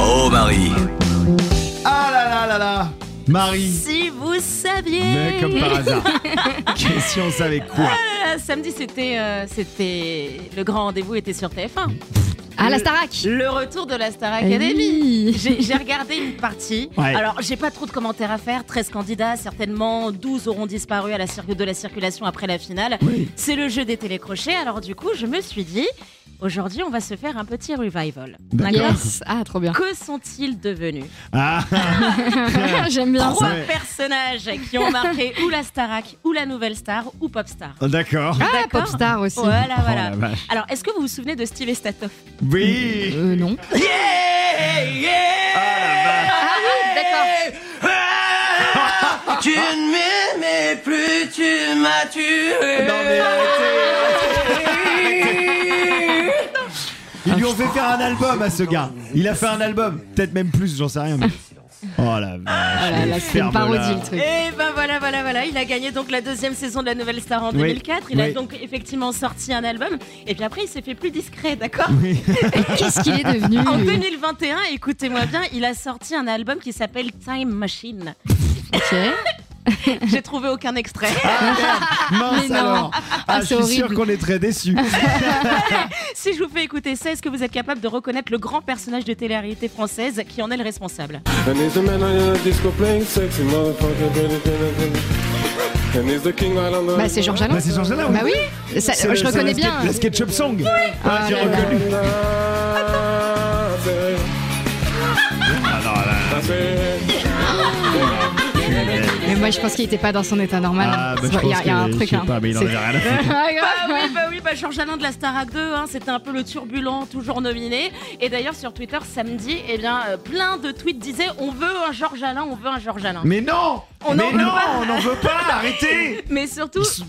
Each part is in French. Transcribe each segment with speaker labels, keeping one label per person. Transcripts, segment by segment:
Speaker 1: Oh Marie
Speaker 2: Ah là là là là Marie
Speaker 3: Si vous saviez
Speaker 2: Mais comme par hasard Qu'est-ce si on savait quoi
Speaker 3: Euh, Samedi, c'était euh, c'était le grand rendez-vous était sur TF1.
Speaker 4: Ah, la Starac
Speaker 3: Le retour de la Star
Speaker 4: Eh oui.
Speaker 3: Academy. J'ai j'ai regardé une partie.
Speaker 2: Ouais.
Speaker 3: Alors, j'ai pas trop de commentaires à faire. 13 candidats, certainement 12 auront disparu à la cir- de la circulation après la finale.
Speaker 2: Oui.
Speaker 3: C'est le jeu des télécrochets. Alors du coup, je me suis dit aujourd'hui, on va se faire un petit revival.
Speaker 2: D'accord.
Speaker 4: Yes Ah, trop bien.
Speaker 3: Que sont-ils devenus
Speaker 2: Ah,
Speaker 4: J'aime bien
Speaker 3: Trois
Speaker 4: ça.
Speaker 2: Ouais.
Speaker 3: personnages qui ont marqué ou la Starac, ou la nouvelle star, ou Popstar.
Speaker 2: D'accord
Speaker 4: Ah,
Speaker 3: D'accord.
Speaker 4: Popstar aussi.
Speaker 3: Voilà,
Speaker 2: Oh
Speaker 3: voilà.
Speaker 2: la vache.
Speaker 3: Alors, est-ce que vous vous souvenez de Steve Estatoff
Speaker 2: Oui
Speaker 4: Euh, non.
Speaker 2: Ah la vache
Speaker 4: Ah oui, d'accord.
Speaker 1: Tu ne m'aimais plus, tu m'as tué
Speaker 2: Non mais arrêtez, arrêtez. Ils lui ont fait faire un album à ce gars. Il a fait un album, peut-être même plus, j'en sais rien. Mais... Oh la vache.
Speaker 4: Ah là
Speaker 2: mais
Speaker 4: là, c'est une
Speaker 2: ferme-la.
Speaker 4: parodie le truc.
Speaker 3: Et ben voilà, voilà, voilà. Il a gagné donc la deuxième saison de la Nouvelle Star en
Speaker 2: Oui.
Speaker 3: 2004. Il a
Speaker 2: Oui.
Speaker 3: donc effectivement sorti un album. Et puis après, il s'est fait plus discret, d'accord
Speaker 4: Qu'est-ce qu'il est devenu
Speaker 3: En
Speaker 4: lui
Speaker 3: 2021, écoutez-moi bien, il a sorti un album qui s'appelle Time Machine.
Speaker 4: Ok.
Speaker 3: J'ai trouvé aucun extrait.
Speaker 2: Ah, merde. Mince
Speaker 4: Mais non.
Speaker 2: alors. Ah,
Speaker 4: Ah,
Speaker 2: je
Speaker 4: c'est
Speaker 2: suis sûr
Speaker 4: horrible. Ah,
Speaker 2: qu'on est très déçus.
Speaker 3: Si je vous fais écouter ça, est-ce que vous êtes capable de reconnaître le grand personnage de télé-réalité française qui en est le responsable
Speaker 5: And he's the man on the disco playing sexy motherfucker. And he's the king right on the.
Speaker 4: Bah, c'est Georges Alain.
Speaker 2: Bah, c'est Georges Alain, oui.
Speaker 4: Bah oui. Ça-
Speaker 2: C'est-
Speaker 4: je
Speaker 2: c'est
Speaker 4: reconnais
Speaker 2: la
Speaker 4: bien.
Speaker 2: ske- La SketchUp Song. Ah, j'ai
Speaker 4: là là.
Speaker 2: reconnu.
Speaker 5: I said- I said-
Speaker 4: Mais moi, je pense qu'il était pas dans son état normal.
Speaker 2: Ah, bah, je
Speaker 4: C'est vrai, il y a,
Speaker 2: pense
Speaker 4: il y a un
Speaker 2: que-
Speaker 4: truc.
Speaker 2: je sais
Speaker 4: hein.
Speaker 2: pas, mais il en
Speaker 4: C'est-
Speaker 2: avait rien à foutre.
Speaker 4: Ah,
Speaker 3: Ah
Speaker 4: grave.
Speaker 3: oui, bah oui, bah Georges Alain de la Starac 2, hein, c'était un peu le turbulent, toujours nominé. Et d'ailleurs, sur Twitter, samedi, eh bien, euh, plein de tweets disaient On veut un Georges Alain, on veut un Georges Alain.
Speaker 2: Mais non
Speaker 3: Hein. On en
Speaker 2: Mais
Speaker 3: veut
Speaker 2: non,
Speaker 3: pas.
Speaker 2: on n'en veut pas, arrêtez
Speaker 3: Mais surtout,
Speaker 2: Ils sont-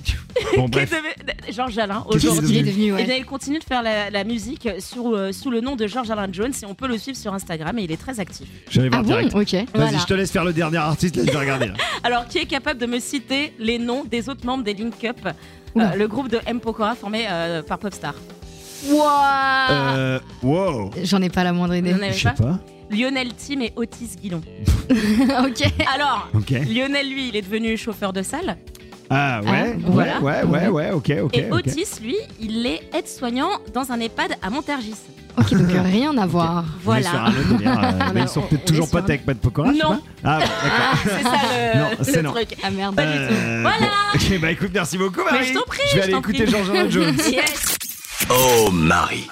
Speaker 2: Bon,
Speaker 3: qui
Speaker 2: bref.
Speaker 3: devait- Georges Alain,
Speaker 2: qu'il est
Speaker 3: aujourd'hui.
Speaker 4: Il est devenu,
Speaker 3: Eh bien,
Speaker 4: ouais.
Speaker 3: il continue de faire la, la musique sous, euh, sous le nom de Georges Alain Jones et on peut le suivre sur Instagram et il est très actif.
Speaker 2: J'allais
Speaker 4: Ah
Speaker 2: voir
Speaker 4: bon
Speaker 2: direct.
Speaker 4: Ok.
Speaker 2: Vas-y,
Speaker 3: Voilà.
Speaker 2: je te laisse faire le dernier artiste, là, je vais regarder. là.
Speaker 3: Alors, qui est capable de me citer les noms des autres membres des Link Up euh,
Speaker 4: Oula.
Speaker 3: le groupe de M. Pokora formé euh, par Popstar.
Speaker 2: Euh, wow.
Speaker 4: J'en ai pas la moindre idée.
Speaker 3: Vous en avez
Speaker 2: Eh ben, Je sais
Speaker 3: Ah. pas
Speaker 2: pas.
Speaker 3: Lionel Tim et Otis Guillon.
Speaker 4: ok.
Speaker 3: Alors,
Speaker 2: Ok.
Speaker 3: Lionel, lui, il est devenu chauffeur de salle.
Speaker 2: Ah ouais,
Speaker 4: Ah,
Speaker 2: ouais,
Speaker 4: voilà.
Speaker 2: ouais, ouais, ouais, ok, ok.
Speaker 3: et
Speaker 2: ok.
Speaker 3: Otis, lui, il est aide-soignant dans un EHPAD à Montargis.
Speaker 4: Ok, donc euh, rien à voir.
Speaker 2: On est sur
Speaker 3: Voilà.
Speaker 2: un autre délire, euh, mais ils
Speaker 4: on-
Speaker 2: sont
Speaker 4: on
Speaker 2: peut-être
Speaker 4: est
Speaker 2: toujours
Speaker 4: sur
Speaker 2: pas
Speaker 4: un-
Speaker 2: avec Pat Pokora, je sais
Speaker 3: Non.
Speaker 2: pas. Ah, bon, d'accord.
Speaker 3: C'est ça le,
Speaker 2: Non, c'est
Speaker 3: le
Speaker 2: non.
Speaker 3: truc.
Speaker 4: Ah merde.
Speaker 3: Pas du tout.
Speaker 2: Euh,
Speaker 3: Voilà.
Speaker 2: Ok, bah écoute, merci beaucoup, Marie.
Speaker 3: Mais je t'en prie,
Speaker 2: Je vais
Speaker 3: je
Speaker 2: aller
Speaker 3: t'en
Speaker 2: écouter
Speaker 3: prie.
Speaker 2: Jean-Jean Jones.
Speaker 3: Yes.
Speaker 1: Oh Marie